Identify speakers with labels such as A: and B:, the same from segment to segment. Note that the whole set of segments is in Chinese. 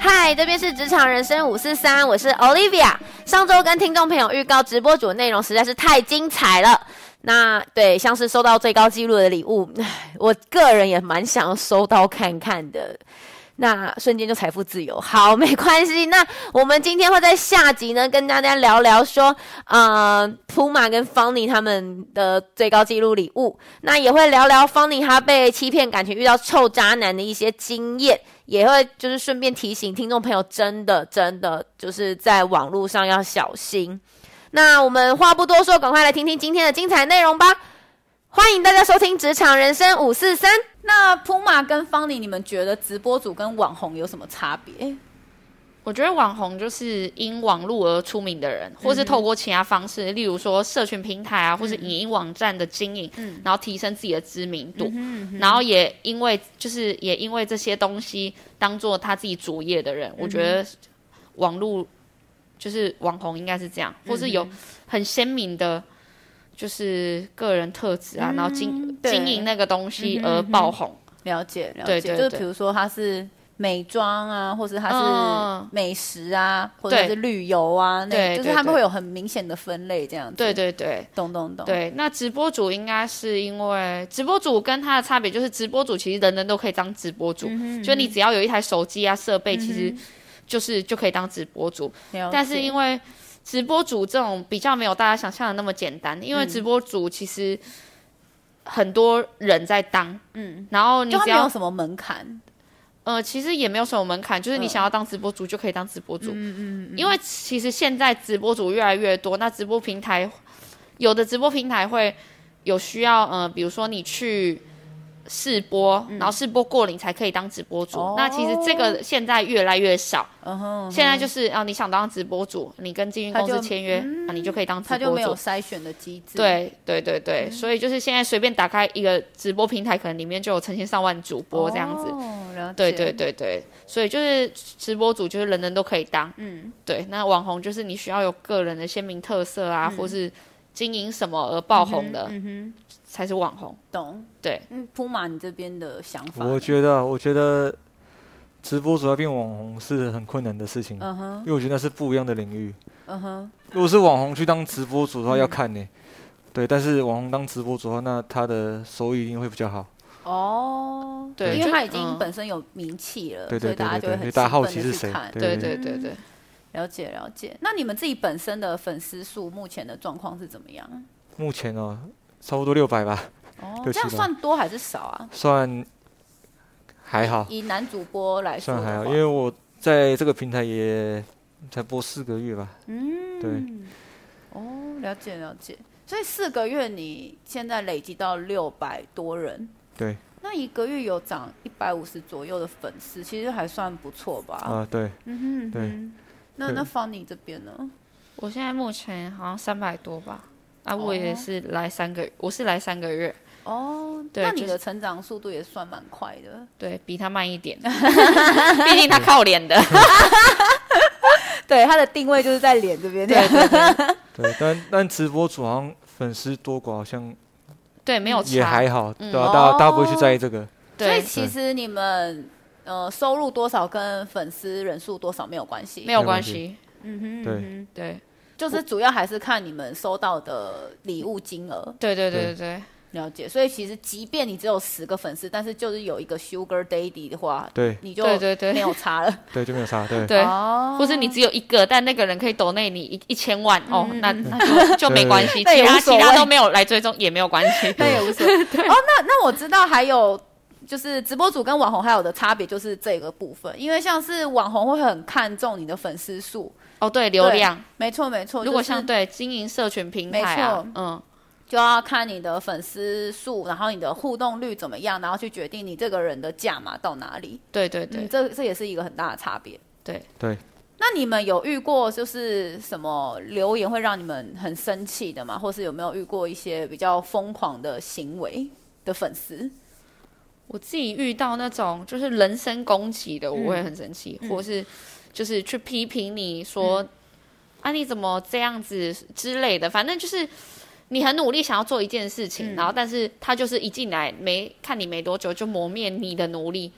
A: 嗨，这边是职场人生五四三，我是 Olivia。上周跟听众朋友预告直播主的内容实在是太精彩了。那对，像是收到最高纪录的礼物，唉我个人也蛮想要收到看看的。那瞬间就财富自由，好，没关系。那我们今天会在下集呢，跟大家聊聊说，呃，普马跟方妮他们的最高纪录礼物，那也会聊聊方妮她被欺骗感情、遇到臭渣男的一些经验，也会就是顺便提醒听众朋友，真的真的就是在网络上要小心。那我们话不多说，赶快来听听今天的精彩内容吧。欢迎大家收听《职场人生五四三》。
B: 那普马跟方妮，你们觉得直播主跟网红有什么差别？
C: 我觉得网红就是因网络而出名的人，或是透过其他方式，例如说社群平台啊，或是影音网站的经营，然后提升自己的知名度，然后也因为就是也因为这些东西当做他自己主业的人，我觉得网络就是网红应该是这样，或是有很鲜明的。就是个人特质啊，然后经
B: 对
C: 经营那个东西而爆红，
B: 了解，了解，
C: 对对
B: 就是
C: 对
B: 比如说他是美妆啊，或是他是
C: 嗯
B: 美食啊，或者
C: 对
B: 是旅游啊，那
C: 对
B: 就是
C: 对
B: 他们
C: 对
B: 会有很明显的分类这样子。
C: 对，对对，
B: 懂懂懂。，
C: 对，那直播主应该是因为直播主跟他的差别就是，直播主其实人人都可以当直播主，就你只要有一台手机啊设备，其实就是就可以当直播主。但是因
B: 为
C: 为直播主这种比较没有大家想象的那么简单，因为直播主其实很多人在当，嗯，然后你
B: 就他
C: 只
B: 没有
C: 要
B: 什么门槛，
C: 呃，其实也没有什么门槛，就是
B: 嗯
C: 你想要当直播主就可以当直播主，嗯嗯因为其实现在直播主越来越多，那直播平台有的直播平台会有需要，呃，比如说你去试播，然后试播过了你才可以当直播主。
B: 嗯哦
C: 那其实这个现在越来越少，
B: 嗯哼，嗯哼
C: 现在就是啊，你想当直播主，你跟经纪公
B: 他
C: 司
B: 就嗯
C: 签约，啊，你就可以当直
B: 他就
C: 播
B: 没有嗯
C: 主。
B: 筛选的机制。，哦
C: 对对对对，所以就是现在随便打开一个直播平台，可能里面就有成千上万主播这样子。
B: 哦，了解。
C: 对对对对，所以就是直播主就是人人都可以当，嗯，对。那网红就是你需要有个人的鲜明特色啊，或是经营什么而爆红的，才是网红。
B: 懂。
C: 对，
B: 嗯，普马你这边的想法呢？
D: 我觉得，我觉得直播主要变网红是很困难的事情，
B: 嗯哼，
D: 因为我觉得那是不一样的领域。
B: 嗯哼，
D: 如果是网红去当直播主的话，要看呢、对，但是网红当直播主的话，那他的收益一定会比较好。
B: 哦，
C: 对
B: 因为
C: 就
B: 他已经
C: 嗯
B: 本身有名气了，
D: 对
B: 所
D: 对
B: 以
D: 对
B: 大家
D: 对
B: 就会
D: 对，因
B: 很
D: 为大家好
B: 兴
D: 奇
B: 奋地
D: 是
B: 去
D: 谁
B: 看？
C: 对对
D: 对
C: 对对，
B: 了解了解。那你们自己本身的粉丝数目前的状况是怎么样？
D: 目前哦，差不多六百吧，
B: 哦，
D: 六
B: 这样
D: 七吧
B: 算多还是少啊？
D: 算还好，
B: 以男主播来说
D: 算
B: 的
D: 还
B: 话，
D: 好，因为我在这个平台也才播四个月吧。嗯，对。
B: 哦，了解了解。所以四个月你现在累积到六百多人，
D: 对
B: 那一个月有涨一百五十左右的粉丝，其实还算不错吧？
D: 啊、对，
B: 嗯哼
D: 对
B: 嗯哼那
D: 对
B: 那方你这边呢？
C: 我现在目前好像三百多吧。啊，我也是来三个，我是来三个月，
B: 哦，
C: 对
B: 那你
C: 就是
B: 的成长速度也算蛮快的。
C: 对比他慢一 点，毕竟他靠脸的。
B: 对，他的定位就是在脸 这边。
C: 对对对
D: 对，但但直播主好像粉丝多寡好像
C: 对，没有差。
D: 也还好，对吧、
B: 嗯
D: 大家大家不会
B: 哦
D: 去在意这个。
B: 所以
C: 对，
B: 其实你们呃收入多少跟粉丝人数多少没有关系，
C: 没
B: 有，
C: 有
D: 没
C: 关
D: 关系
C: 系。嗯
D: 对，
C: 对
B: 就是主要还是看你们收到的礼物金额。
C: 对对对对
D: 对
C: 对
B: 了解，所以其实即便你只有十个粉丝，但是就是有一个 Sugar Daddy 的话，
D: 对
B: 你就
C: 对对对
B: 没有差了。
D: 对，就没有差。对，
C: 对。
B: 哦 嗯
C: 或是你只有一个，但那个人可以抖内你一一千万哦，那那就就没关系，
B: 那也
C: 其
B: 无
C: 他
B: 所
C: 其
B: 谓
C: 他都没有来追踪也没有关 系。
B: 那也无所 谓。哦，那那我知道还有。就是直播主跟网红还有的差别就是这个部分，因为像是网红会很看重你的粉丝数，
C: 哦，对，流量，
B: 没错没错。
C: 如果
B: 就是
C: 像对经营社群平台啊
B: 没错，
C: 嗯，
B: 就要看你的粉丝数，然后你的互动率怎么样，然后去决定你这个人的价码到哪里。
C: 对对
B: 嗯，
C: 对
B: 这这也是一个很大的差别。
C: 对，
D: 对，
B: 那你们有遇过就是什么留言会让你们很生气的吗？或是有没有遇过一些比较疯狂的行为的粉丝？
C: 我自己遇到那种就是人身攻击的，
B: 嗯
C: 我会很生气，或是就是去批评你说、
B: 嗯
C: 啊你怎么这样子之类的，反正就是你很努力想要做一
B: 嗯
C: 件事情，然后但是他就是一进来没看你没多久就磨灭你的努力，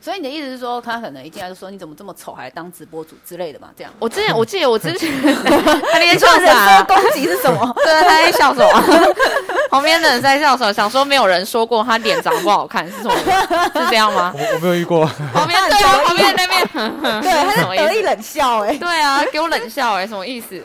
B: 所以你的意思是说，他可能一进来就说你怎么这么丑，还当直播主之类的嘛？这样。
C: 我 之前我记得我之前他那天
B: 你
C: 笑啊
B: 说人
C: 傻
B: 身
C: 了，
B: 攻击是什么？
C: 对，他在笑什么？ 旁边的人在笑什么？想说没有人说过他脸长不好看是什么意思？是这样吗
D: 我？我没有遇过，
C: 旁边对啊，旁边那 边
B: 对，他
C: 什
B: 是
C: 么
B: 得
C: 意
B: 意
C: 思？
B: 冷笑哎、
C: 对啊，给我冷笑哎、什么意思？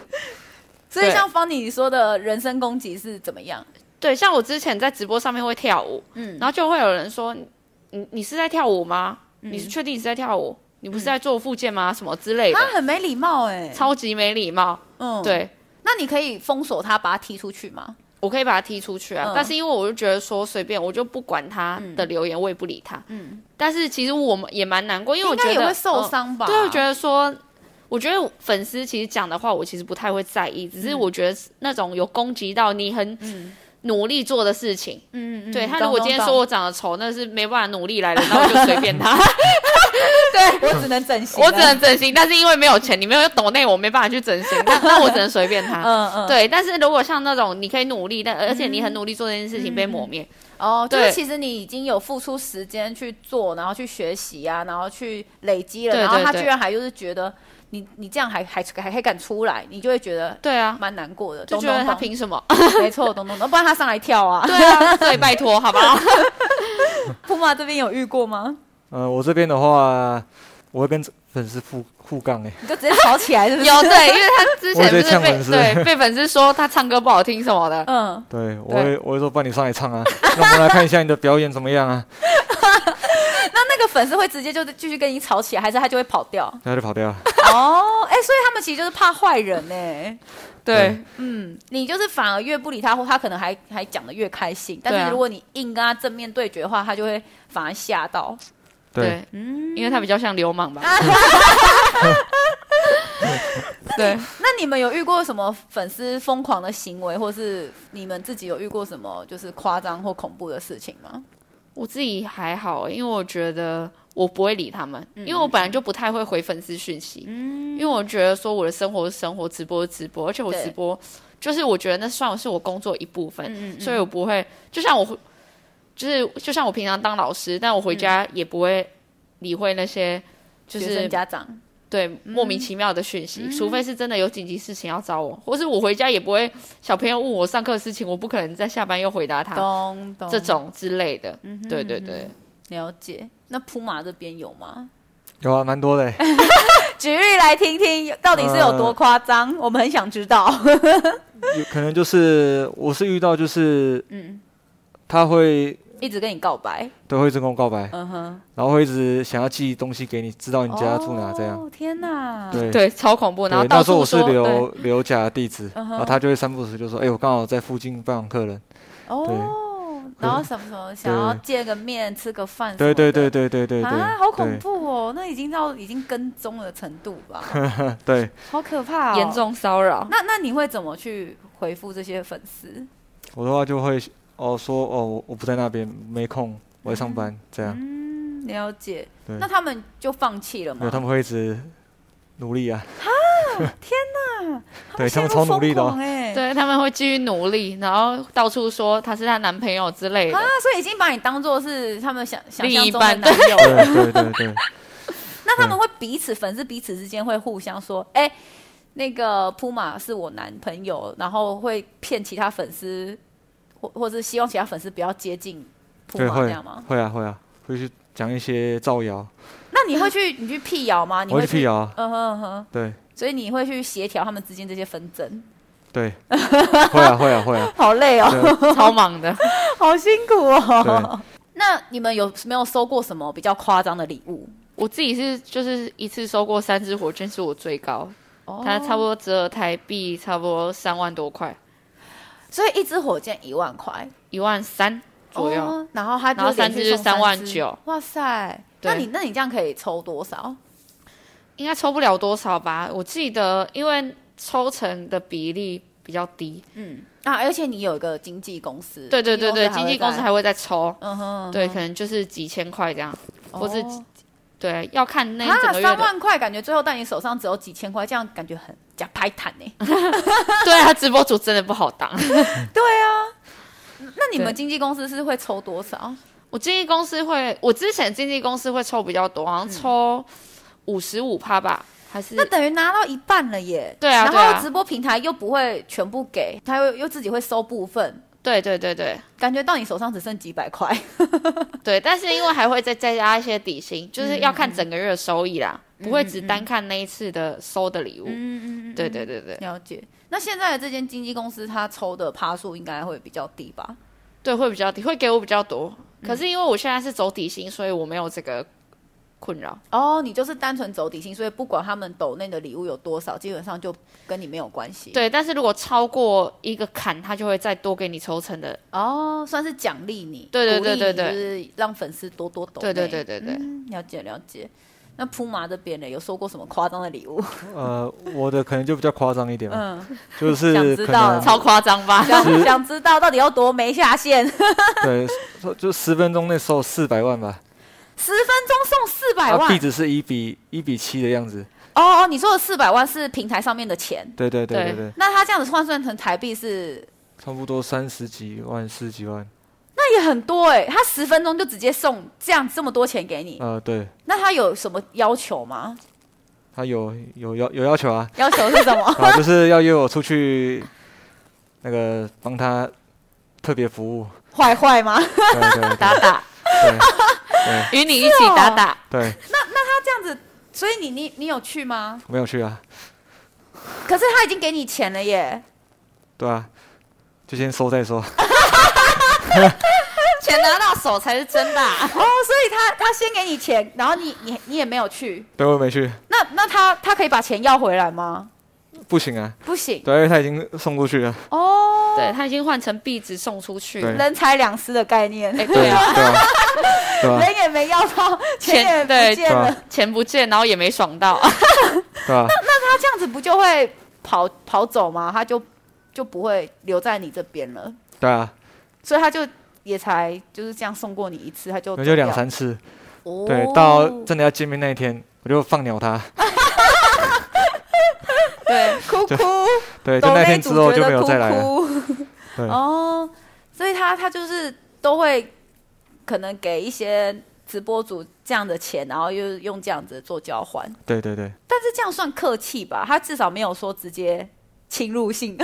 B: 所以
C: 对
B: 像方你说的人身攻击是怎么样？
C: 对，像我之前在直播上面会跳舞，
B: 嗯
C: 然后就会有人说你你你是在跳舞吗？你是确定你是在跳舞？你不是在做复健吗？什么之类的
B: 他，很没礼貌哎、
C: 超级没礼貌。
B: 嗯，。
C: 对，
B: 那你可以封锁他，把他踢出去吗？
C: 我可以把他踢出去啊，
B: 嗯
C: 但是因为我就觉得说随便，我就不管他的留言，我也不理他。嗯，但是其实我们也蛮难过，因为我
B: 应
C: 觉得
B: 该也会受
C: 嗯
B: 伤吧？
C: 对，我觉得说，我觉得粉丝其实讲的话，我其实不太会在意，只
B: 嗯
C: 是我觉得那种有攻击到你很努力做的事情，
B: 嗯，嗯
C: 对他如果今天，说
B: 懂
C: 我长得丑，那是没办法努力来的，那我就随 便他，
B: 懂 懂我只能整形了，啊
C: 我只能整形，但是因为没有钱，你没有抖内，我没办法去整形，那那我只能随 便他。
B: 嗯嗯，
C: 对，但是如果像那种你可以努力，但而且你很努力做这件事情被抹灭，
B: 哦，就是
C: 对
B: 其实你已经有付出时间去做，然后去学习啊，然后去累积了，
C: 对
B: 然后
C: 对
B: 他
C: 对
B: 居然还就是觉得你你这样还还还还敢出来，你就会觉得
C: 对啊，
B: 蛮难过的，
C: 就
B: 懂
C: 觉得
B: 懂
C: 他
B: 懂
C: 凭什么？
B: 没错，懂懂懂，不然他上来跳 啊。
C: 对 啊，所以拜托，好不好？
B: 铺马这边有遇过吗？
D: 呃，我这边的话，我会跟粉丝互互杠哎、
B: 你就直接吵起来是不是？
C: 有对，因为他之前
D: 我
C: 不
D: 也在
C: 是
D: 呛粉丝
C: 被对被粉丝说他唱歌不好听什么的，
B: 嗯，
D: 对，我会我会说帮你上来唱啊， 让我们来看一下你的表演怎么样啊，
B: 那那个粉丝会直接就继续跟你吵起来，还是他就会跑掉？
D: 然后就跑掉了。
B: 哦， 哎、所以他们其实就是怕坏人欸呢、
C: 对
B: 嗯，你就是反而越不理他，或他可能还还讲的越开心。但
C: 对
B: 是
C: 啊
B: 如果你硬跟他正面对决的话，他就会反而吓到。
D: 对，
C: 对，嗯因为他比较像流氓 吧。对，
B: 那你们有遇过什么粉丝疯狂的行为，或是你们自己有遇过什么就是夸张或恐怖的事情吗？
C: 我自己还好，欸因为我觉得我不会理他们，因为我本来就不太会回粉丝讯息，因为我觉得说我的生活是生活，直播是直播，而且我
B: 对
C: 直播就是我觉得那算是我工作一部分，所以我不会，就像我回就是就像我平常当老师，但我回家也不会理会那些。就
B: 学
C: 是
B: 生家长，
C: 对莫名其妙的讯息，除非是真的有紧急事情要找我，或是我回家也不会小朋友问我上课的事情，我不可能在下班又回答他
B: 咚咚，
C: 这种之类的。对对对，
B: 了解。那普马这边有吗？
D: 有啊，蛮多的、欸。
B: 举例来听听，到底是有多夸张？ 我们很想知道。
D: 有可能就是我是遇到就是，他会
B: 一直跟你告白，
D: 都会一直跟我告白，
B: 嗯哼，
D: 然后会一直想要寄东西给你，知道你家住哪这样。
B: 哦，天哪！
D: 对对，
C: 对，超恐怖。然后
D: 那
C: 到
D: 时候
C: 处
D: 我是
C: 说，对
D: 留留假的地址，
B: 嗯哼
D: 然后他就会三不五时就说，哎，我刚好在附近拜访客人。
B: 哦，然后什么什么，想要见个面、吃个饭，
D: 对对对。对对对对，
B: 啊，好恐
D: 对
B: 怖哦！那已经到已经跟踪的程度吧，
D: 对，
B: 好可怕、哦，
C: 严。重骚扰。
B: 那那你会怎么去回复这些粉丝？
D: 我的话就会哦说哦我我不在那边没空，我在上班这样。
B: 嗯，了解。
D: 对
B: 那他们就放弃了
D: 没
B: 吗
D: 有，？他们会一直努力啊。 对他
B: 陷
D: 们
B: 入
D: 超努力的哦
B: 疯狂哎。
C: 对，他们会继续努力，然后到处说他是她男朋友之类的
B: 啊。，所以已经把你当做是他们想想
C: 另
B: 象
C: 一
B: 中的
C: 半
B: 男友了。
D: 对对对 对，
B: 那他们会彼此粉丝彼此之间会互相说，哎、那个铺马是我男朋友，然后会骗其他粉丝，或或是希望其他粉丝不要接近铺
D: 对
B: 马这
D: 会
B: 样吗？
D: 会啊会啊，会去讲一些造谣，
B: 那你会 去你去辟谣吗？你
D: 我会
B: 会
D: 去辟？谣啊。
B: 嗯哼嗯哼，
D: 对
B: 所以你会去协调他们之间这些纷争，
D: 对， 会啊会啊会啊。
B: 好累哦，
D: 对
C: 超忙的。
B: 好辛苦哦
D: 对。
B: 那你们有没有收过什么比较夸张的礼物？
C: 我自己是就是一次收过三支火箭，是我最高，
B: 哦
C: 它差不
B: 多，
C: 多折合台币差不多三万多块，
B: 所以一支火箭一万块，
C: 一万三左右。
B: 哦然后他就
C: 然后
B: 连
C: 三
B: 续
C: 支就
B: 送
C: 三万
B: 支
C: 九，
B: 哇塞！那
C: 对
B: 你那你这样可以抽多少？
C: 应该抽不了多少吧？我记得，因为抽成的比例比较低。
B: 啊，而且你有一个经纪公司，
C: 对对对对，
B: 还
C: 经
B: 会
C: 纪公司
B: 在
C: 还会再抽，
B: 嗯哼，
C: 对，可能就是几千块这样，或是
B: 哦
C: 对，要看那一整
B: 啊
C: 个月
B: 三
C: 的。
B: 万块，感觉最后到你手上只有几千块，这样感觉很 假拍坦呢。
C: 对啊，直播主真的不好当。
B: 那你们
C: 对
B: 经纪公司是会抽多少？
C: 我经纪公司会，我之前经纪公司会抽比较多，好像抽五十五趴吧，还 是
B: 那等于拿到一半了耶。
C: 对啊对啊
B: 然后直播平台又不会全部给，他又又自己会收部分，
C: 对对对对
B: 感觉到你手上只剩几百块。
C: 对，但是因为还会再再加一些底薪，就是要看整个月的收益啦，不会只单看那一次的收的礼物。
B: 嗯嗯
C: 对对对对
B: 了解。那现在的这间经纪公司，它抽的趴数应该会比较低吧？
C: 对，会比较低，会给我比较多。可是因为我现在是走底薪，所以我没有这个困扰。
B: 哦，你就是单纯走底薪，所以不管他们抖内的礼物有多少，基本上就跟你没有关系。，
C: 对，但是如果超过一个坎，他就会再多给你抽成的。
B: 哦，算是奖励你，
C: 对对
B: 鼓励
C: 对对
B: 你
C: 对
B: 就是让粉丝多多抖
C: 对
B: 内。
C: 对对对对，
B: 嗯，了解了解。那铺麻这边呢，有收过什么夸张的礼物？
D: 呃，我的可能就比较夸张一点嘛，
B: 嗯，
D: 就
B: 想
D: 是
B: 知
D: 可
B: 道
D: 能
B: 了
C: 超夸张吧？
B: 想想知道到底要多没下限？
D: 对，就就十分钟内收四百万吧，
B: 十分钟送四百
D: 它
B: 万
D: 币？值是一比一比七的样子，
B: 哦哦，你说的四百万是平台上面的钱，
D: 对对对对
C: 对
D: 对，
B: 那他这样子换算成台币是？
D: 差不多三十几万、四十几万，
B: 那也很多哎、他十分钟就直接送这样这么多钱给你，
D: 呃，对，
B: 那他有什么要求吗？
D: 他有有要有要求啊，
B: 要求是什 么？
D: 啊，就是要约我出去，那个帮他特别服务，
B: 坏坏吗？
D: 对对对
C: 打打，
D: 对
C: 与你一起打打。
D: 对，
B: 这样子，所以你你你有去吗？
D: 没有去啊，
B: 可是他已经给你钱了耶，
D: 对啊，就先收再说，
C: 钱拿到手才是真的啊、
B: 哦，所以他他先给你钱，然后你你你也没有去，
D: 对我没去，
B: 那那他他可以把钱要回来吗？
D: 不行啊，
B: 不行
D: 对，因为他已经送出去了，
B: 哦，
C: 对他已经换成币值送出去了。
D: 对
B: 人财两失的概念，
C: 哎，
D: 对
C: 对啊，
D: 对啊，对 啊，
B: 人也没要到，钱也
C: 钱
B: 不
C: 对
B: 见
D: 对啊
B: 了，
C: 钱不见，然后也没爽到。
D: 对啊，
B: 他这样子不就会跑跑走吗？他就就不会留在你这边了，
D: 对啊，
B: 所以他就也才就是这样送过你一次，他就
D: 我就两
B: 走掉
D: 三次，
B: 哦
D: 对，到真的要见面那一天，我就放鸟他，
C: 对，
B: 哭
D: 就
B: 哭，
D: 对，就
B: 懂
D: 那
B: 那
D: 天
B: 主
D: 之后
B: 角
D: 就
B: 的
D: 没有
B: 哭
D: 再来了，
B: 哭
D: 对
B: 哦，所以他他就是都会可能给一些直播主这样的钱，然后又用这样子做交换，
D: 对 对对，
B: 但是这样算客气吧？他至少没有说直接侵入性。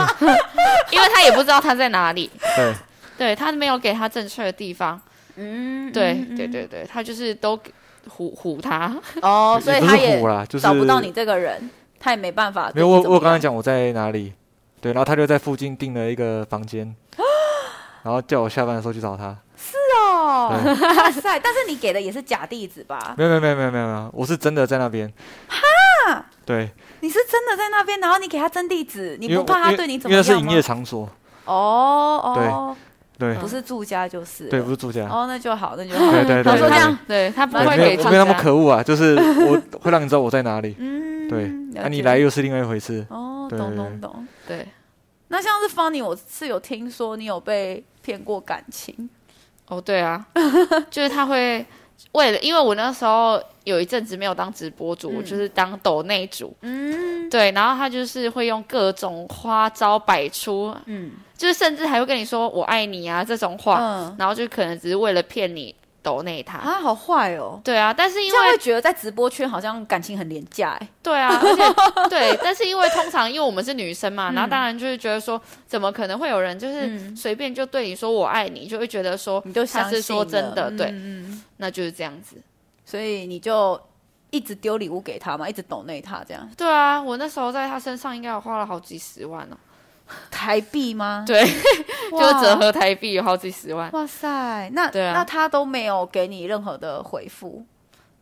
C: 因为他也不知道他在哪里，
D: 对
B: 啊
C: 对他没有给他正确的地方。
B: 嗯，
C: 对
B: 嗯
C: 对。对对，他就是都给唬唬他。
B: 哦，所以
D: 也不
B: 他
D: 是
B: 也
D: 唬啦，就是
B: 找不到你这个人，他也没办法
D: 没
B: 对
D: 有
B: 你
D: 我
B: 怎么样。
D: 我刚才讲我在哪里，对，然后他就在附近订了一个房 间，然后叫我下班的时候去找他，
B: 哦，哇塞！但是你给的也是假地址吧？
D: 没有没有没有没有没有没有，我是真的在那边，哈，对，
B: 你是真的在那边，然后你给他真地址，你
D: 因为
B: 不怕
D: 我因
B: 他
D: 为
B: 对你怎
D: 因
B: 么
D: 为那
B: 样
D: 是营
B: 吗
D: 业场所，
B: 哦
D: 对
C: 嗯
B: 哦，不是住家就是了
D: 对，不是住家，
B: 哦，那就好，那就
D: 对
B: 好。
D: 对对
B: 他
D: 对
B: 说这样
D: 对。
C: 对他不
D: 对
C: 会
D: 没
C: 给
D: 有
C: 创
D: 没有那么
C: 家。
D: 可恶啊，就是我会让你知道我 在哪里，
B: 嗯，
D: 对，那、
B: 了
D: 你
B: 解
D: 来又是另外一回事，
B: 哦，
D: 对
B: 懂
D: 对
B: 懂懂。
C: 对，
B: 那像是 Funny，我是有听说你有被骗过感情，
C: 哦对啊， 就是他会为了，因为我那时候有一阵子没有当直播主，我就是当抖内主。
B: 嗯
C: 对，然后他就是会用各种花招百出，
B: 嗯
C: 就是甚至还会跟你说“我爱你”啊这种话，
B: 嗯，
C: 然后就可能只是为了骗你抖内他。
B: 啊，好坏哦。
C: 对啊，但是因
B: 这样
C: 为
B: 会觉得在直播圈好像感情很廉价哎，
C: 对啊，而且对，但是因为通常因为我们是女生嘛，然后当然就是觉得说，怎么可能会有人就是
B: 嗯
C: 随便就对你说我爱你，就会觉得说
B: 你就
C: 他
B: 相
C: 是
B: 信
C: 说真的，
B: 了
C: 对，
B: 嗯嗯
C: 那就是这样子。
B: 所以你就一直丢礼物给他嘛，一直抖内他这样，
C: 对啊，我那时候在他身上应该有花了好几十万哦呢、
B: 台币吗？
C: 对，就是
B: 哇
C: 折。合台币有好几十万。
B: 哇塞，那、
C: 对啊
B: 那他都没有给你任何的回复，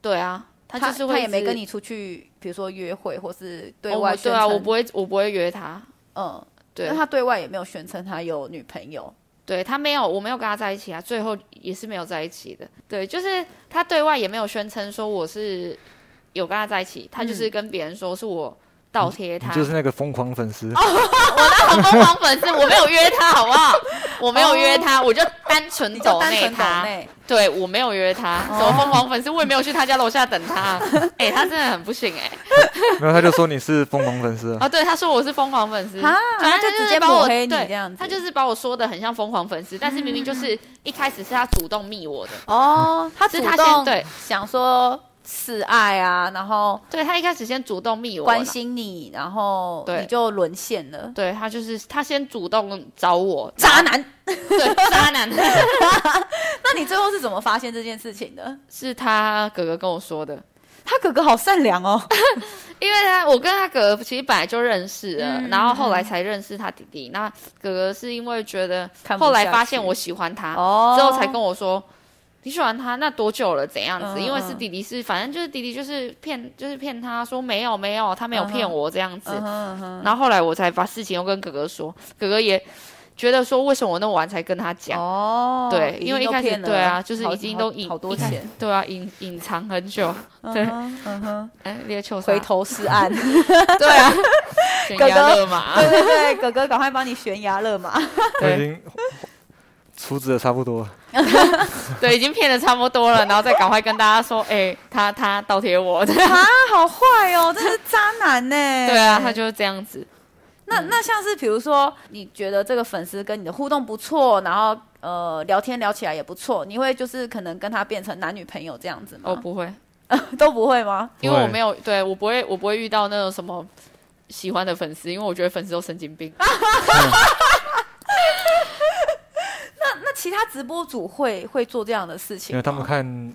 C: 对啊，他就是会
B: 他也没
C: 一直
B: 跟你出去，比如说约会或是对
C: 哦
B: 外
C: 我
B: 宣
C: 对
B: 称、
C: 啊，我不会，我不会约他。
B: 嗯，
C: 对
B: 那，他对外也没有宣称他有女朋友，
C: 对他没有，我没有跟他在一起啊，最后也是没有在一起的。对，就是他对外也没有宣称说我是有跟他在一起，他就是跟别人说是我倒贴
D: 你
C: 他，
D: 就是那个疯狂粉丝，
C: 我那很疯狂粉丝，我没有约他，好不好？我没有约他，我就单纯
B: 哦你就
C: 抖
B: 单
C: 内
B: 纯抖
C: 他。
B: 内，
C: 对我没有约他，
B: 哦
C: 什么疯狂粉丝，我也没有去他家楼下等他。 哎、他真的很不行哎、
D: 没有，他就说你是疯狂粉丝啊。
C: 啊，对，他说我是疯狂粉丝，
B: 啊
C: 反正
B: 他就
C: 就是
B: 直接
C: 把我
B: 抹黑你
C: 对
B: 这样子嗯
C: 他就是把我说的很像疯狂粉丝，但是明明就是一开始是他主动密我的，
B: 哦，他主
C: 是他先
B: 动
C: 对
B: 想说示爱啊，然后
C: 对他一开始先主动密我啦
B: 关，心你，然后
C: 对
B: 你就沦陷了，
C: 对他就是他先主动找我，
B: 渣男。
C: 对渣男
B: 那你最后是怎么发现这件事情的？
C: 是他哥哥跟我说的，
B: 他哥哥好善良 哦，
C: 因为他我跟他哥哥其实本来就认识了，
B: 嗯
C: 然后后来才认识他弟弟。那哥哥是因为觉得
B: 看不
C: 后来
B: 下
C: 发
B: 去
C: 现我喜欢他，
B: 哦
C: 之后才跟我说。你喜欢他那多久了？怎样子？
B: 嗯
C: 因为
B: 嗯
C: 是弟弟是，反正就是弟弟就是骗，就是骗他说没有没有，他没有
B: 嗯哼
C: 骗我这样子。
B: 嗯哼嗯哼
C: 然后后来我才把事情又跟哥哥说，哥哥也觉得说为什么我那么晚才跟他讲？
B: 哦，
C: 对，
B: 已
C: 因为
B: 经
C: 一
B: 都
C: 开始
B: 骗了
C: 对啊，就是
B: 好
C: 已经都
B: 好
C: 隐
B: 好多
C: 一开
B: 钱，
C: 对啊，隐隐藏 很久。对
B: 嗯哼嗯哼，
C: 哎，猎球
B: 回头是岸，
C: 对啊，悬
B: 哥
C: 崖
B: 哥
C: 勒马。
B: 对对对，哥哥赶快帮你悬崖勒马，
D: 我
C: 对
D: 已经处置的差不多了，
C: 对，已经骗的差不多了，然后再赶快跟大家说，哎、他他倒贴我 的，
B: 啊，好坏哦， 这是渣男呢。
C: 对
B: 哎
C: 啊，他就是这样子。
B: 那那像是比如说，你觉得这个粉丝跟你的互动不错，然后呃聊天聊起来也不错，你会就是可能跟他变成男女朋友这样子吗？
C: 哦，不会，
B: 都不会吗？
C: 因为我
D: 不会
C: 没有，对我不会，我不会遇到那种什么喜欢的粉丝，因为我觉得粉丝都神经病。
B: 那其他直播主会会做这样的事情
D: 因
B: 吗？
D: 为他们看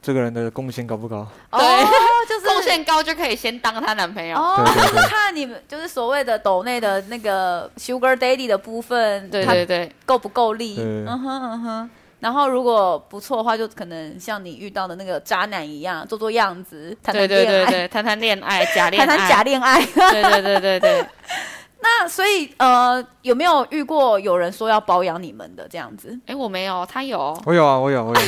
D: 这个人的贡献高不高。
B: 哦
C: 对，
B: 就是
C: 贡献高就可以先当她男朋友。
B: 哦，
D: 对对对
B: 就是看你们就是所谓的抖内的那个 Sugar Daddy 的部分，
C: 对
B: 它
C: 对对，
B: 够不够力？
D: 对
B: 嗯哼嗯哼。然后如果不错的话，就可能像你遇到的那个渣男一样，做做样子，谈谈
C: 对对
B: 恋
C: 对
B: 爱，
C: 对，谈谈恋爱，假 恋
B: 谈
C: 爱，
B: 谈假恋爱。
C: 对对对对对，
B: 那 所以呃，有没有遇过有人说要包养你们的这样子？
C: 哎，我没有，他有。
D: 我有啊，我有，我有。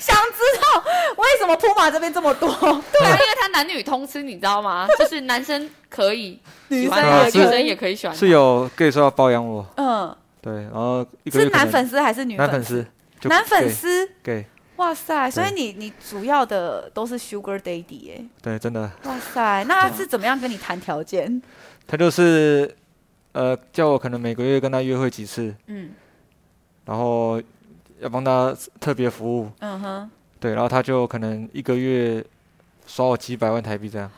B: 想知道为什么铺马这边这么多？
C: 对啊，因为他男女通吃，你知道吗？就是男生可以喜欢
D: 女生
C: 他，
D: 也
C: 女
D: 可以
C: 生也可以喜欢他
D: 是。有 gay 说要包养我，
B: 嗯，
D: 对，然后一个
B: 是
D: 月可
B: 男
D: 能
B: 粉丝还是女
D: 男
B: 粉
D: 粉
B: 丝？
D: 丝，就
B: 男粉
D: gay-
B: 丝，
D: gay，
B: 哇塞！所以你你主要的都是 Sugar Daddy 哎、
D: 对，真的，
B: 哇塞！那
D: 啊
B: 他是怎么样跟你谈条件？
D: 他就是呃叫我可能每个月跟他约会几次，
B: 嗯
D: 然后要帮他特别服务，
B: 嗯哼，
D: 对，然后他就可能一个月刷我几百万台币这样，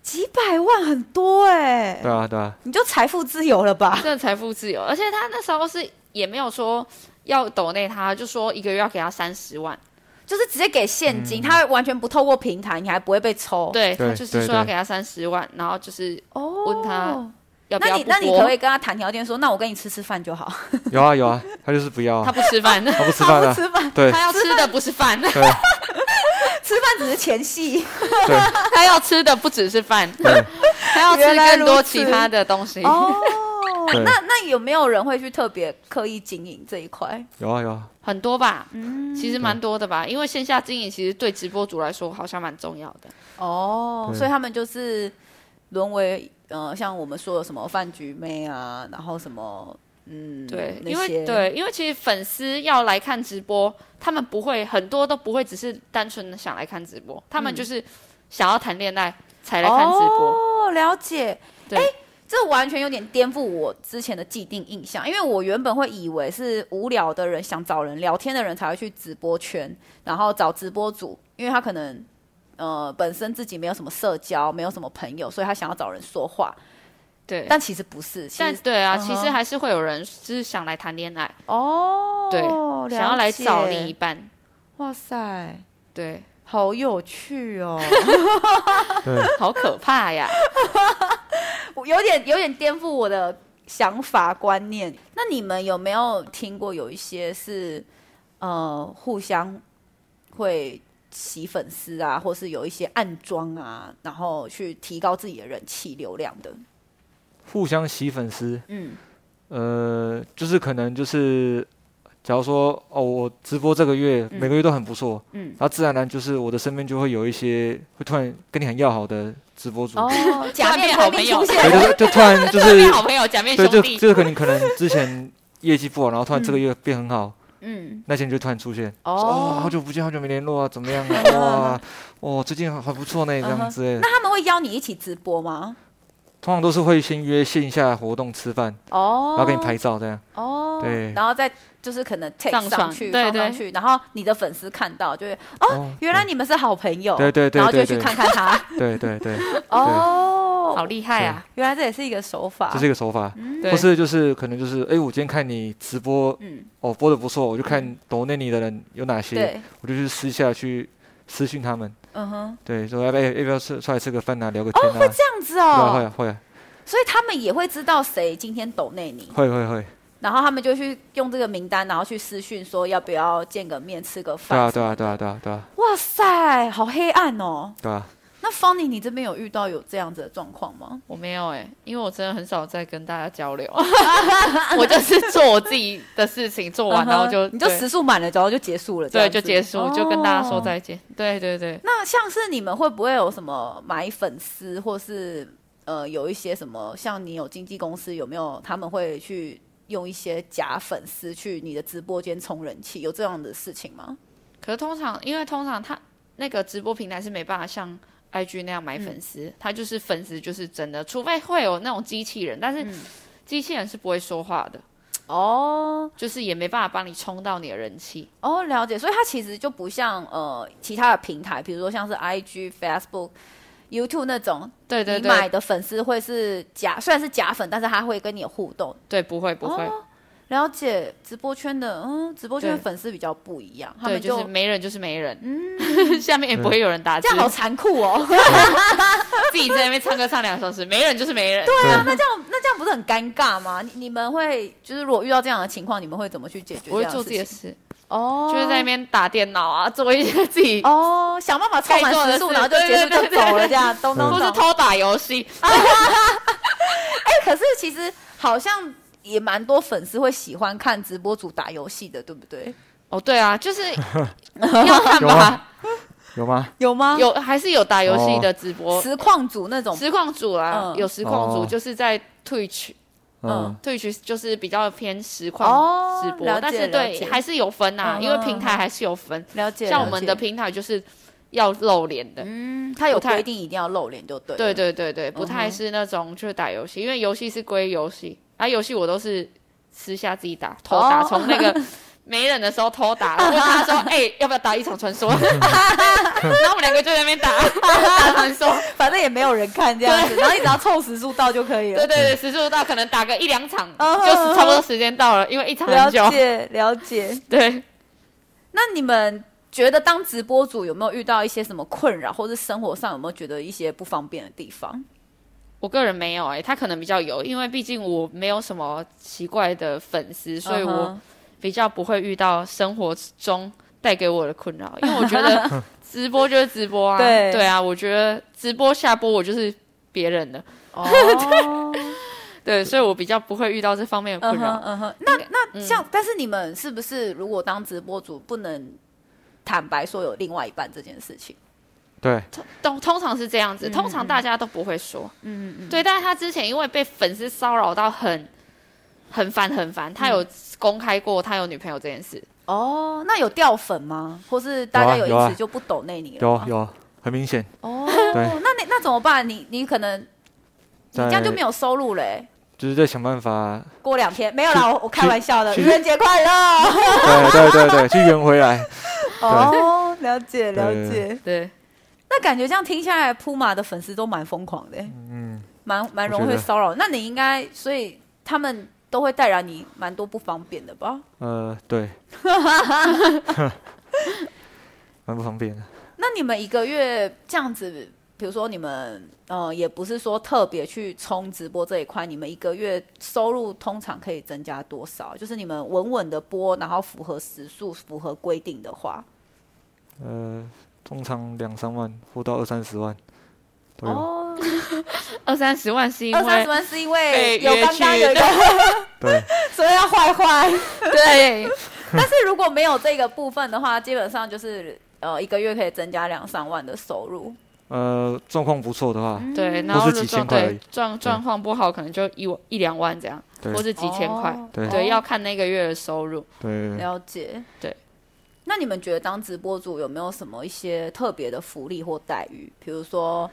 B: 几百万很多哎、
D: 对啊，对啊，
B: 你就财富自由了吧？
C: 真的财富自由，而且他那时候是也没有说要抖内他，就说一个月要给他三十万，
B: 就是直接给现金，他完全不透过平台，你还不会被抽。
C: 对
D: 对
C: 他就是
D: 对
C: 说要
D: 对
C: 给他三十万，然后就是
B: 哦
C: 问他要不
B: 那
C: 要
B: 你
C: 不
B: 那你可不可
C: 播
B: 以，跟他谈条件说，那我跟你吃吃饭就好，
D: 有啊有啊，他就是不要
C: 他
D: 啊，
C: 不吃 饭，
D: 他不 吃
B: 他
D: 饭
B: 不
D: 啊，
B: 吃饭，
D: 对
C: 他要吃的不是饭，
D: 对
B: 吃饭只是前戏。
D: 对嗯
C: 他要吃的不只 是饭，
D: 对，
C: 他要吃
B: 原来
C: 更多
B: 如此
C: 其他的东西。
B: 哦，
D: 对
B: 那那有没有人会去特别刻意经营这一块？
D: 有啊有啊，
C: 很多吧，
B: 哦
C: 其实蛮多的吧，因为线下经营其实对直播主来说好像蛮重要的。
B: 哦，
D: 对
B: 所以他们就是沦为呃，像我们说的什么饭局妹啊，然后什么嗯，
C: 对，
B: 那
C: 因为
B: 些
C: 对，因为其实粉丝要来看直播，他们不会很多都不会只是单纯的想来看直播，他们就是想要谈恋爱才来看直播。
B: 哦，了解。
C: 对
B: 哎，这完全有点颠覆我之前的既定印象，因为我原本会以为是无聊的人想找人聊天的人才会去直播圈，然后找直播主，因为他可能呃本身自己没有什么社交，没有什么朋友，所以他想要找人说话，
C: 对，
B: 但其实不是，其
C: 但
B: 实
C: 对啊，
B: 嗯哼
C: 其实还是会有人就是想来谈恋爱，
B: 哦，
C: 对想要来找另一
B: 你，
C: 半。
B: 哇塞。
C: 对，
B: 好有趣 哦，
D: 对，
C: 好可怕呀！
B: 我有点有点颠覆我的想法观念。那你们有没有听过有一些是呃互相会洗粉丝啊，或是有一些暗装啊，然后去提高自己的人气流量的？
D: 互相洗粉丝，
B: 嗯，
D: 呃，就是可能就是，假如说哦，我直播这个月每个月都很不错，
B: 嗯
D: 然后自然而然就是我的身边就会有一些会突然跟你很要好的直播主，
B: 哦，假
C: 假面
B: 面
C: 好
B: 好
C: 朋
B: 朋
C: 友
B: 友出现
D: 对，
B: 了，
D: 就是就突然就
C: 假面
D: 是
C: 好朋友，假面
D: 对，
C: 兄
D: 就
C: 弟，
D: 就是可能可能之前业绩不好，然后突然这个月变很好，
B: 嗯，
D: 那些人就突然出现，说哦，好
B: 哦，
D: 久不见，好久没联络啊，怎么样啊？哇，哦，最近还还不错呢，这
B: 嗯
D: 样哎
B: 哼
D: 之类的。
B: 那他们会邀你一起直播吗？
D: 通常都是会先约线下活动吃饭，
B: 哦，
D: 然后给你拍照这样。
B: 哦，
D: 对
B: 然后再就是可能 take
C: 上传
B: 上去
C: 对
B: 放上
C: 对
B: 去，然后你的粉丝看到就会
D: 哦
B: 原来你们是好朋友，
D: 对对对
B: 然后就
D: 对
B: 去
D: 对
B: 看看他，
D: 对对 对，
C: 好
B: 哦，
C: 厉害啊！
B: 原来这也是一个手法
D: 这，是一个手法。
C: 对
D: 或，是就是可能就是，哎，我今天看你直播，
B: 嗯，
D: 哦，播的不错，我就看抖内你的人有哪些，
B: 对，
D: 我就去私下去私讯他们，
B: 嗯哼，
D: 对，说要不要要不要出出来吃个饭啊，聊个天啊，
B: 这样子
D: 对啊会
B: 哦，
D: 啊会啊
B: 所以他们也会知道谁今天抖内你，
D: 会会会，
B: 然后他们就去用这个名单，然后去私讯说要不要见个面吃个
D: 对啊
B: 饭，
D: 对啊对啊对啊对啊
B: 哇塞，好黑暗哦。
D: 对啊，
B: 那 Funny，你这边有遇到有这样子的状况吗？
C: 我没有哎、因为我真的很少在跟大家交 流，我就是做我自己的事情，做完然后就
B: 嗯哼你就
C: 对
B: 时速满了，然后就结束了，这
C: 对
B: 样
C: 就
B: 子
C: 结束，就跟大家说
B: 哦
C: 再见。对对对，
B: 那像是你们会不会有什么买粉丝，或是呃有一些什么，像你有经纪公司，有没有他们会去用一些假粉丝去你的直播间充人气，有这样的事情吗？
C: 可是通常因为通常他那个直播平台是没办法像 IG 那样买粉
B: 嗯
C: 丝，他、就是粉丝就是真的，除非会有那种机器人，但是
B: 嗯
C: 机器人是不会说话的，
B: 哦
C: 就是也没办法帮你冲到你的人气。
B: 哦，了解，所以它其实就不像呃其他的平台，比如说像是 IG、Facebook、YouTube 那种，
C: 对对
B: 你买
C: 对，
B: 的粉丝会是假，虽然是假粉，但是他会跟你有互动。
C: 对不会不会，
B: 哦了解直播圈的，嗯，直播圈的
C: 对
B: 粉丝比较不一样，他
C: 对
B: 们嗯
C: 就是没人就是没人， 下面也不会有人打字
B: 这，样 好残酷哦。
C: 自己在那边唱歌唱两个小 时，没人就是没人。
D: 对
B: 那这样那这样不是很尴尬吗？你你们会就是如果遇到这样的情况，你们会怎么去解决？
C: 我会做自己的事，
B: 哦，
C: 就是在那边打电脑啊，做一些自己，
B: 哦，想办法凑满时速，然后就结束就走了，这样咚咚
C: 或是
B: 咚。
C: 偷打游戏。
B: 哎，可是其实好像也蛮多粉丝会喜欢看直播主打游戏的，对不对？
C: 哦，对啊， 就是要看
B: 啊
D: 有
C: 吧
D: 吗，有吗？
B: 有吗？
C: 有还是有打游戏的直播，
B: 实况组那种，
C: 实况组啦，
B: 哦嗯
C: 有实况组
D: 哦
C: 就是在 Twitch。
D: 嗯，
C: Twitch 就是比较偏实
B: 哦
C: 况直播，
B: 了解
C: 但是
B: 了
C: 对
B: 解
C: 还是有分呐、
B: 嗯
C: 因为平台还是有分。
B: 了解，
C: 像我们
B: 了
C: 的
B: 解
C: 平台就是要露脸的，
B: 嗯，他有
C: 不太
B: 规定一定要露脸就对了，
C: 对对对对，
B: 嗯
C: 不太
B: 哼
C: 是那种就是打游戏，因为游戏是归游戏，啊，游戏我都是私下自己打，偷打，
B: 哦
C: 从 那个没人的时候偷打，我问他说，哎、要不要打一场传说？ 然后我们两个就在那边 打打传说，
B: 反正也没有人看这 样子，然后你只要凑时速到就可以了
C: 对。对对，时速到可能打个一两场，
B: 嗯哼
C: 就是差不多时间到了，因为一场
B: 了
C: 很久，
B: 解了解。
C: 对。
B: 那你们觉得当直播主有没有遇到一些什么困扰，或是生活上有没有觉得一些不方便的地方？
C: 我个人没有哎、他可能比较有，因为毕竟我没有什么奇怪的粉丝，所
B: 嗯
C: 以我比较不会遇到生活中带给我的困 扰，因为我觉得直播就是直播啊，
B: 对
C: 啊，我觉得直播下播我就是别人的，
B: 嗯哼哦，
C: 对，所以我比较不会遇到这方面
B: 嗯
C: 的困
B: 哼
C: 扰。
B: 嗯哼，那那像，但是你们是不是如果当直播主不能坦白说有另外一半这件事情？
D: 对，
C: 通通常是这样
B: 嗯
C: 子，通常大家都不会说，嗯嗯，对，但是他之前因为被粉丝骚扰到很很烦很烦，他有公开过他有女朋友这件事，
B: 哦，那有掉粉吗？或是大家
D: 有啊有
B: 因
D: 啊
B: 此就不抖内你了
D: 有啊
B: 吗？
D: 有，很明显，
B: 哦，
D: 对
B: 那那那怎么办？你你可能你
D: 在
B: 这样就没有收入嘞、
D: 就是在想办法，
B: 过两天没有啦，我我开
D: 去
B: 玩笑的，
D: 去
B: 愚人节快 乐。
D: 对对对对，去圆回来，
B: 哦，了解了
D: 对
B: 解。
C: 对。
B: 那感觉这样听下来，铺马的粉丝都蛮疯狂的欸、
D: 嗯，
B: 蛮蛮容易
D: 我觉
B: 会
D: 得
B: 骚扰。那你应该，所以他们都会带来你蛮多不方便的吧？
D: 呃，对，蛮不方便的，
B: 那你们一个月这样子，比如说你们呃，也不是说特别去冲直播这一块，你们一个月收入通常可以增加多少？就是你们稳稳的播，然后符合时速、符合规定的话，
D: 呃，通常两三万或到二三十万都有，
B: 哦，
C: 二三十万是因
B: 二三
C: 为
B: 十万是因
C: 被
B: 为哦有
C: 约
B: 刚刚
C: 去
B: 有一个，
D: 对，
B: 所以要坏坏。
C: 对，
B: 但是如果没有这个部分的话，基本上就是呃一个月可以增加两三万的收入。
D: 呃，状况不错的话，
B: 嗯
C: 对，然
D: 嗯或
C: 后
D: 是
C: 如
D: 几
C: 状
D: 千块而
C: 对
D: 已
C: 状状况不好，可能就一一两万这样。
D: 对
C: 或是几千块，
B: 哦
D: 对
C: 对，要看那个月的收 入。
D: 对对，
B: 了解，
C: 对。
B: 那你们觉得当直播主有没有什么一些特别的福利或待遇？比如说，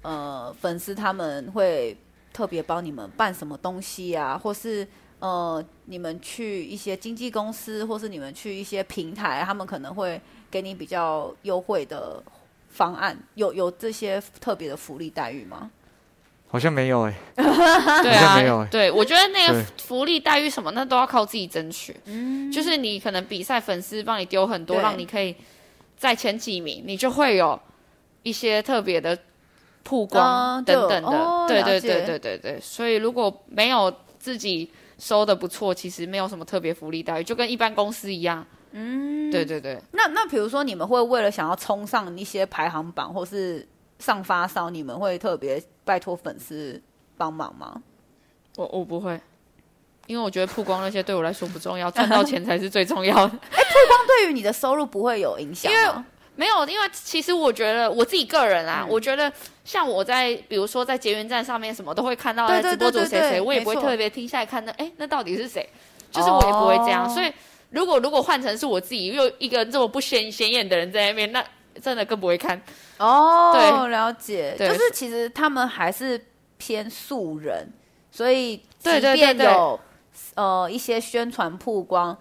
B: 呃，粉丝他们会特别帮你们办什么东西啊，或是呃，你们去一些经纪公司，或是你们去一些平台，他们可能会给你比较优惠的方案，有有这些特别的福利待遇吗？
D: 好像没有哎、
C: 对
D: 好像没有
C: 啊
D: 欸，
C: 对，我觉得那个
D: 对
C: 福利待遇什么，那都要靠自己争取。就是你可能比赛粉丝帮你丢很
B: 嗯
C: 多，
B: 对
C: 让你可以在前几名，你就会有一些特别的曝光
B: 嗯就
C: 等等的。
B: 哦
C: 对
B: 了
C: 对
B: 解
C: 对对对对，所以如果没有自己收的不错，其实没有什么特别福利待遇，就跟一般公司一样。嗯，对对对，
B: 那那比如说，你们会为了想要冲上一些排行榜或是上发烧，你们会特别拜托粉丝帮忙吗？
C: 我我不会。因为我觉得曝光那些对我来说不重要，赚到钱才是最重要的。
B: 对于你的收入不会有影响吗，
C: 因为没有，因为其实我觉得我自己个人啊，
B: 嗯
C: 我觉得像我在比如说在捷运站上面什么都会看到
B: 对
C: 哎
B: 对
C: 直播主
B: 对
C: 谁
B: 对对
C: 谁，我也不会
B: 没错
C: 特别停下来看那哎那到底是谁，就是我也不会这样。
B: 哦
C: 所以如果如果换成是我自己又一个这么不显显眼的人在那边，那真的更不会看。
B: 哦，
C: 对
B: 了解，
C: 对
B: 就是其实他们还是偏素人，所以即
C: 对对
B: 便
C: 对对
B: 有呃一些宣传曝光，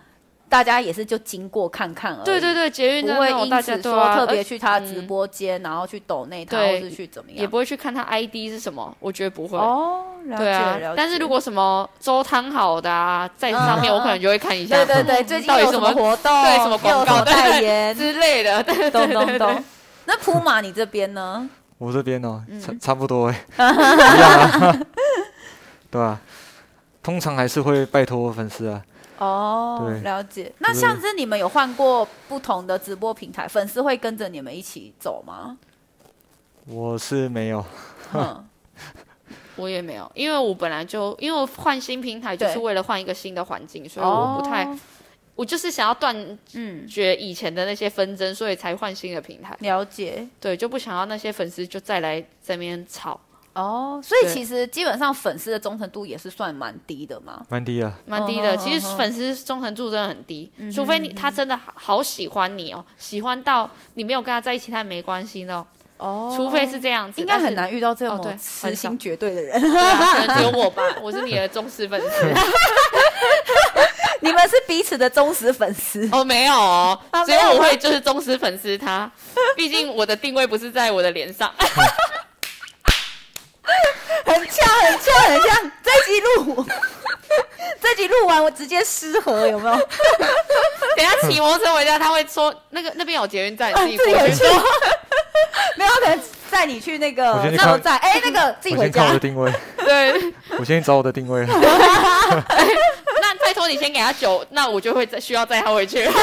B: 大家也是就经过看看而已，
C: 对对对，捷运
B: 不
C: 站
B: 会
C: 那种
B: 因
C: 大家
B: 此
C: 对
B: 说
C: 啊，
B: 特别
C: 而
B: 去他的直播间，然后去抖内他，或
C: 对
B: 是去怎么样，
C: 也不会去看他 ID 是什么，我觉得不会。
B: 哦，了解
C: 对啊
B: 了解，。
C: 但是如果什么粥汤好的啊，在上面
B: 嗯
C: 我可能就会看一下。
B: 对对对，最近
C: 到底
B: 有什
C: 什
B: 么
C: 么
B: 活动？
C: 对什么
B: 又有什
C: 广告
B: 么代言？
C: 之类的，对 对
B: 咚咚
C: 对对
B: 咚。那普马你这边呢？
D: 我这边哦、
B: 嗯
D: 差、差不多哎、一样 啊，对吧、通常还是会拜托粉丝啊，
B: 哦
D: 对，
B: 了解。那像是你们有换过不同的直播平台，粉丝会跟着你们一起走 吗？
D: 我是没有，
B: 嗯，
C: 我也没有，因为我本来就因为我换新平台就是
B: 对
C: 为了换一个新的环境，所以我不太，
B: 哦
C: 我就是想要断
B: 嗯，
C: 绝以前的那些纷争，所以才换新的平台。
B: 了解。
C: 对，就不想要那些粉丝就再来这边吵，
B: 哦，所以
C: 对
B: 其实基本上粉丝的忠诚度也是算蛮低的嘛。
D: 蛮低啊，
C: 蛮低
B: 哦嗯
C: 的。
B: 哦
C: 其实
B: 哦
C: 粉丝忠诚度真的很低，除非你他真的好好喜欢你哦，喜欢到你没有跟他在一起，他也没关系的哦，
B: 哦
C: 除非是这样子，
B: 应该
C: 但
B: 很
C: 是。
B: 难遇到这
C: 哦对
B: 种
C: 很少
B: 痴心绝对的人。
C: 对啊可能只有我吧，我是你的忠实粉丝。
B: 你们是彼此的忠实粉丝。
C: 哦，没有哦
B: 啊，
C: 只
B: 没有
C: 有我
B: 吗
C: 会就是忠实粉丝他，毕竟我的定位不是在我的脸上。
B: 很呛，很呛，很呛！这一集录， 这集录完我直接失和，有没有？
C: 等一下骑摩托车回家，他会说那个那边有捷运站，你自
B: 自
C: 己
B: 己
C: 过
B: 回
C: 去
B: 去。 没有，可能载你去那
D: 我
B: 个
D: 先去
B: 加油
D: 看
B: 站，哎，那个自己
D: 我
B: 回
D: 先看我
B: 家
D: 的。定位，
C: 对，
D: 我先找我的定位，
C: 那拜托你先给他酒，那我就会再需要载他回去。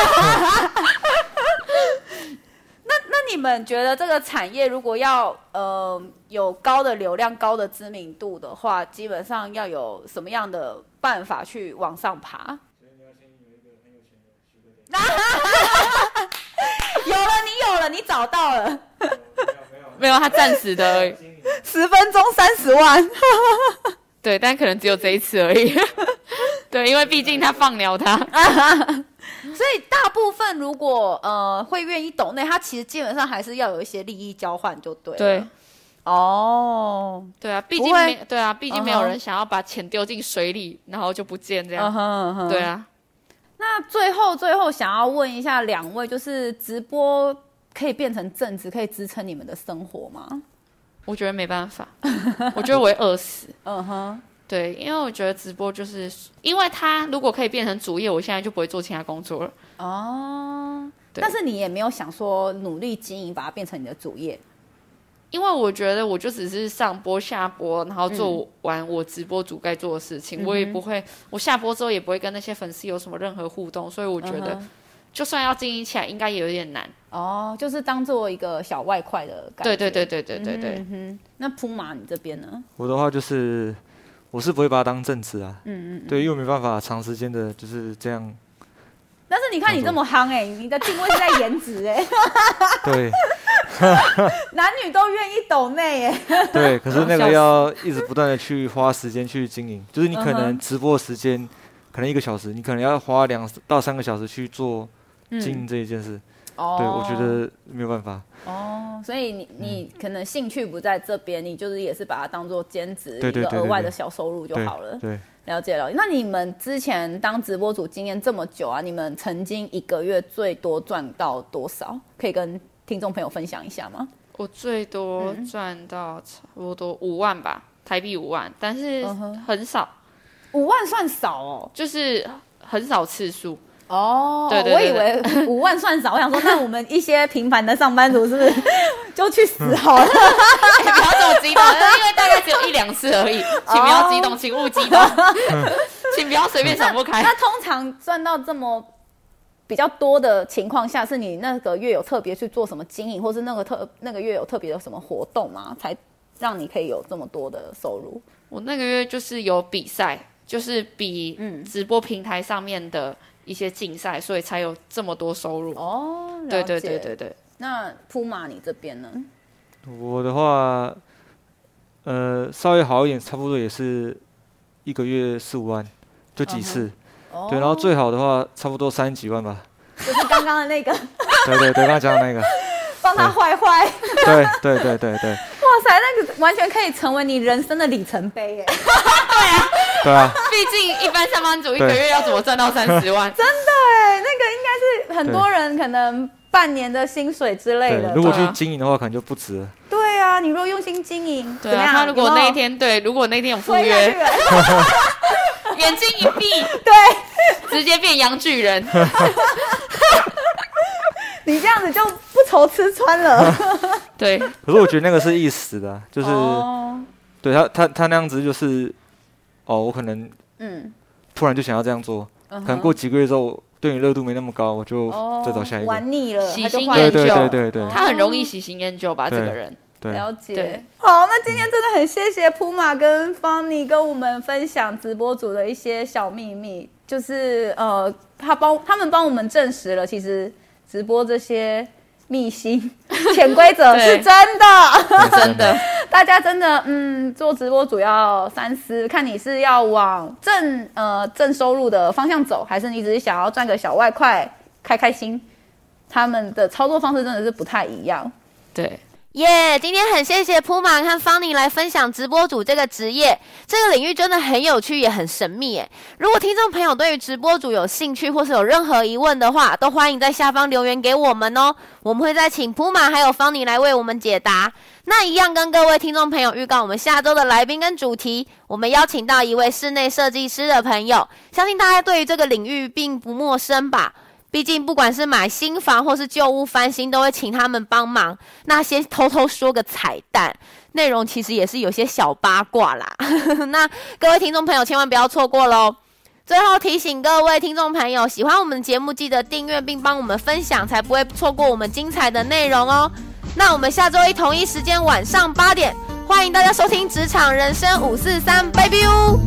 B: 那你们觉得这个产业如果要呃有高的流量、高的知名度的话，基本上要有什么样的办法去往上爬？ 有了，你有了，你找到了，
C: 没有，他暂时的而已。
B: 十分钟三十万。
C: 对，但可能只有这一次而已。 对，因为毕竟他放了他。
B: 所以大部分如果呃会愿意懂内，他其实基本上还是要有一些利益交换就对了。
C: 对，
B: 哦，
C: 对啊，毕
B: 不
C: 竟
B: 会
C: 没对啊，毕竟没有
B: 嗯哼
C: 人想要把钱丢进水里，然后就不见这
B: 嗯
C: 样。
B: 哼嗯哼
C: 对。啊，
B: 那最后最后想要问一下两位，就是直播可以变成正职，可以支撑你们的生活吗？
C: 我觉得没办法， 我觉得我会饿死。
B: 嗯哼，
C: 对，因为我觉得直播就是，因为它如果可以变成主业，我现在就不会做其他工作了。
B: 哦。
C: 对
B: 但是你也没有想说努力经营，把它变成你的主业。
C: 因为我觉得我就只是上播下播，然后做完我直播主该做的事
B: 嗯
C: 情，我也不会，我下播之后也不会跟那些粉丝有什么任何互动，所以我觉
B: 嗯
C: 得
B: 哼
C: 就算要经营起来，应该也有点难。
B: 哦，就是当做一个小外快的感
C: 对
B: 觉。
C: 对对对对对对，
B: 嗯哼，那铺马你这边呢？
D: 我的话就是，我是不会把它当正职啊，嗯嗯，对，因为我没办法长时间的就是这样，
B: 但是你看你这么夯哎、你的定位是在颜值哎、
D: 对，
B: 男女都愿意抖哎内耶。
D: 对，可是那
C: 笑
D: 个
C: 死
D: 要一直不断的去花时间去经营，就是你
B: 嗯
D: 可
B: 哼
D: 能直播时间可能一个小时，你可能要花两到三个小时去做经营这一件事。
B: 哦
D: 对，我觉得没有办法。
B: 哦，所以你你可能兴趣不在这边，你就是也是把它当做兼职一
D: 对对
B: 个
D: 对
B: 额
D: 对
B: 外
D: 对
B: 的小收入就
D: 对
B: 好了。
D: 对，
B: 了解了。那你们之前当直播主经验这么久啊，你们曾经一个月最多赚到多少？可以跟听众朋友分享一下吗？
C: 我最多
B: 嗯
C: 赚到差不多五万吧，台币五万，但是
B: 嗯哼
C: 很少，
B: 五万算少哦。
C: 就是很少次数。
B: 哦，
C: 对对对
B: 我以为五万算少，我想说，那我们一些平凡的上班族是不是就去死好 了？
C: 不要这么激动，因为大概只有一两次而已，
B: 哦
C: 请不要激动，请勿 激动，请不要随便想不开。
B: 嗯那通常赚到这么比较多的情况下，是你那个月有特别去做什么经营，或是那个特那个月有特别的什么活动吗？才让你可以有这么多的收入？
C: 我那个月就是有比赛，就是比
B: 嗯
C: 直播平台上面的一些竞赛，所以才有这么多收入。
B: 哦，
C: 对对对对对，
B: 那铺马你这边呢？
D: 我的话，呃，稍微好一点，差不多也是一个月四五万，就几次。
B: 哦
D: 对，然后最好的话，差不多三十几万吧。
B: 就是刚刚的那 个
D: 对对对，刚刚讲的那 个，
B: 帮他坏坏， 哇
D: 对对对对对
B: 塞，那个完全可以成为你人生的里程碑耶！
D: 对啊，
C: 毕竟一般上班族一个月要怎么赚到三 十 万？
B: 真的哎，那个应该是很多人可能半年的薪水之类
D: 对
B: 的。，
D: 如果
C: 对
D: 去
C: 啊
D: 经营的话，可能就不值了。
B: 对啊，你如果用心经营，
C: 对
B: 怎么
C: 啊，
B: 样
C: 他如果
B: 有没有
C: 那一天对，如果那一天有赴
B: 推 下去
C: 约，
B: 了，
C: 眼睛一闭，
B: 对
C: 直接变洋巨人。
B: 你这样子就不愁吃穿了。
C: 对，
D: 可是我觉得那个是一时的啊， 就是、
B: 哦，
D: 对他他他那样子就是，哦，我可能
B: 嗯，
D: 突然就想要这样做，
B: 嗯哼
D: 可能过几个月之后，对你热度没那么高，我就
B: 哦
D: 再找下一个。
B: 玩腻了，
C: 喜
B: 他就
C: 新
B: 换
C: 厌
D: 对
B: 了
D: 对
C: 旧
D: 对对对
C: 他很容易喜新厌旧吧？这
D: 对
C: 个人。
D: 对，
B: 了解
C: 对。
B: 好，那今天真的很谢谢普马跟方妮跟我们分享直播组的一些小秘密，就是呃，他帮他们帮我们证实了，其实直播这些秘辛、潜规则
C: 对
B: 是真的。
D: 对
C: 真的，
B: 大家真的，嗯，做直播主要三思，看你是要往正呃正收入的方向走，还是你只是想要赚个小外快，开开心。他们的操作方式真的是不太一样。
C: 对，
A: 耶今天很谢谢铺满和方宁来分享直播主这个职业，这个领域真的很有趣，也很神秘耶。如果听众朋友对于直播主有兴趣，或是有任何疑问的话，都欢迎在下方留言给我们哦，我们会再请铺满还有方宁来为我们解答。那一样跟各位听众朋友预告，我们下周的来宾跟主题，我们邀请到一位室内设计师的朋友，相信大家对于这个领域并不陌生吧。毕竟，不管是买新房或是旧屋翻新，都会请他们帮忙。那先偷偷说个彩蛋，内容其实也是有些小八卦啦。 那各位听众朋友千万不要错过喽。最后提醒各位听众朋友，喜欢我们的节目，记得订阅并帮我们分享，才不会错过我们精彩的内容哦。那我们下周一同一时间晚上八点，欢迎大家收听《职场人生五四三》，Baby 哦。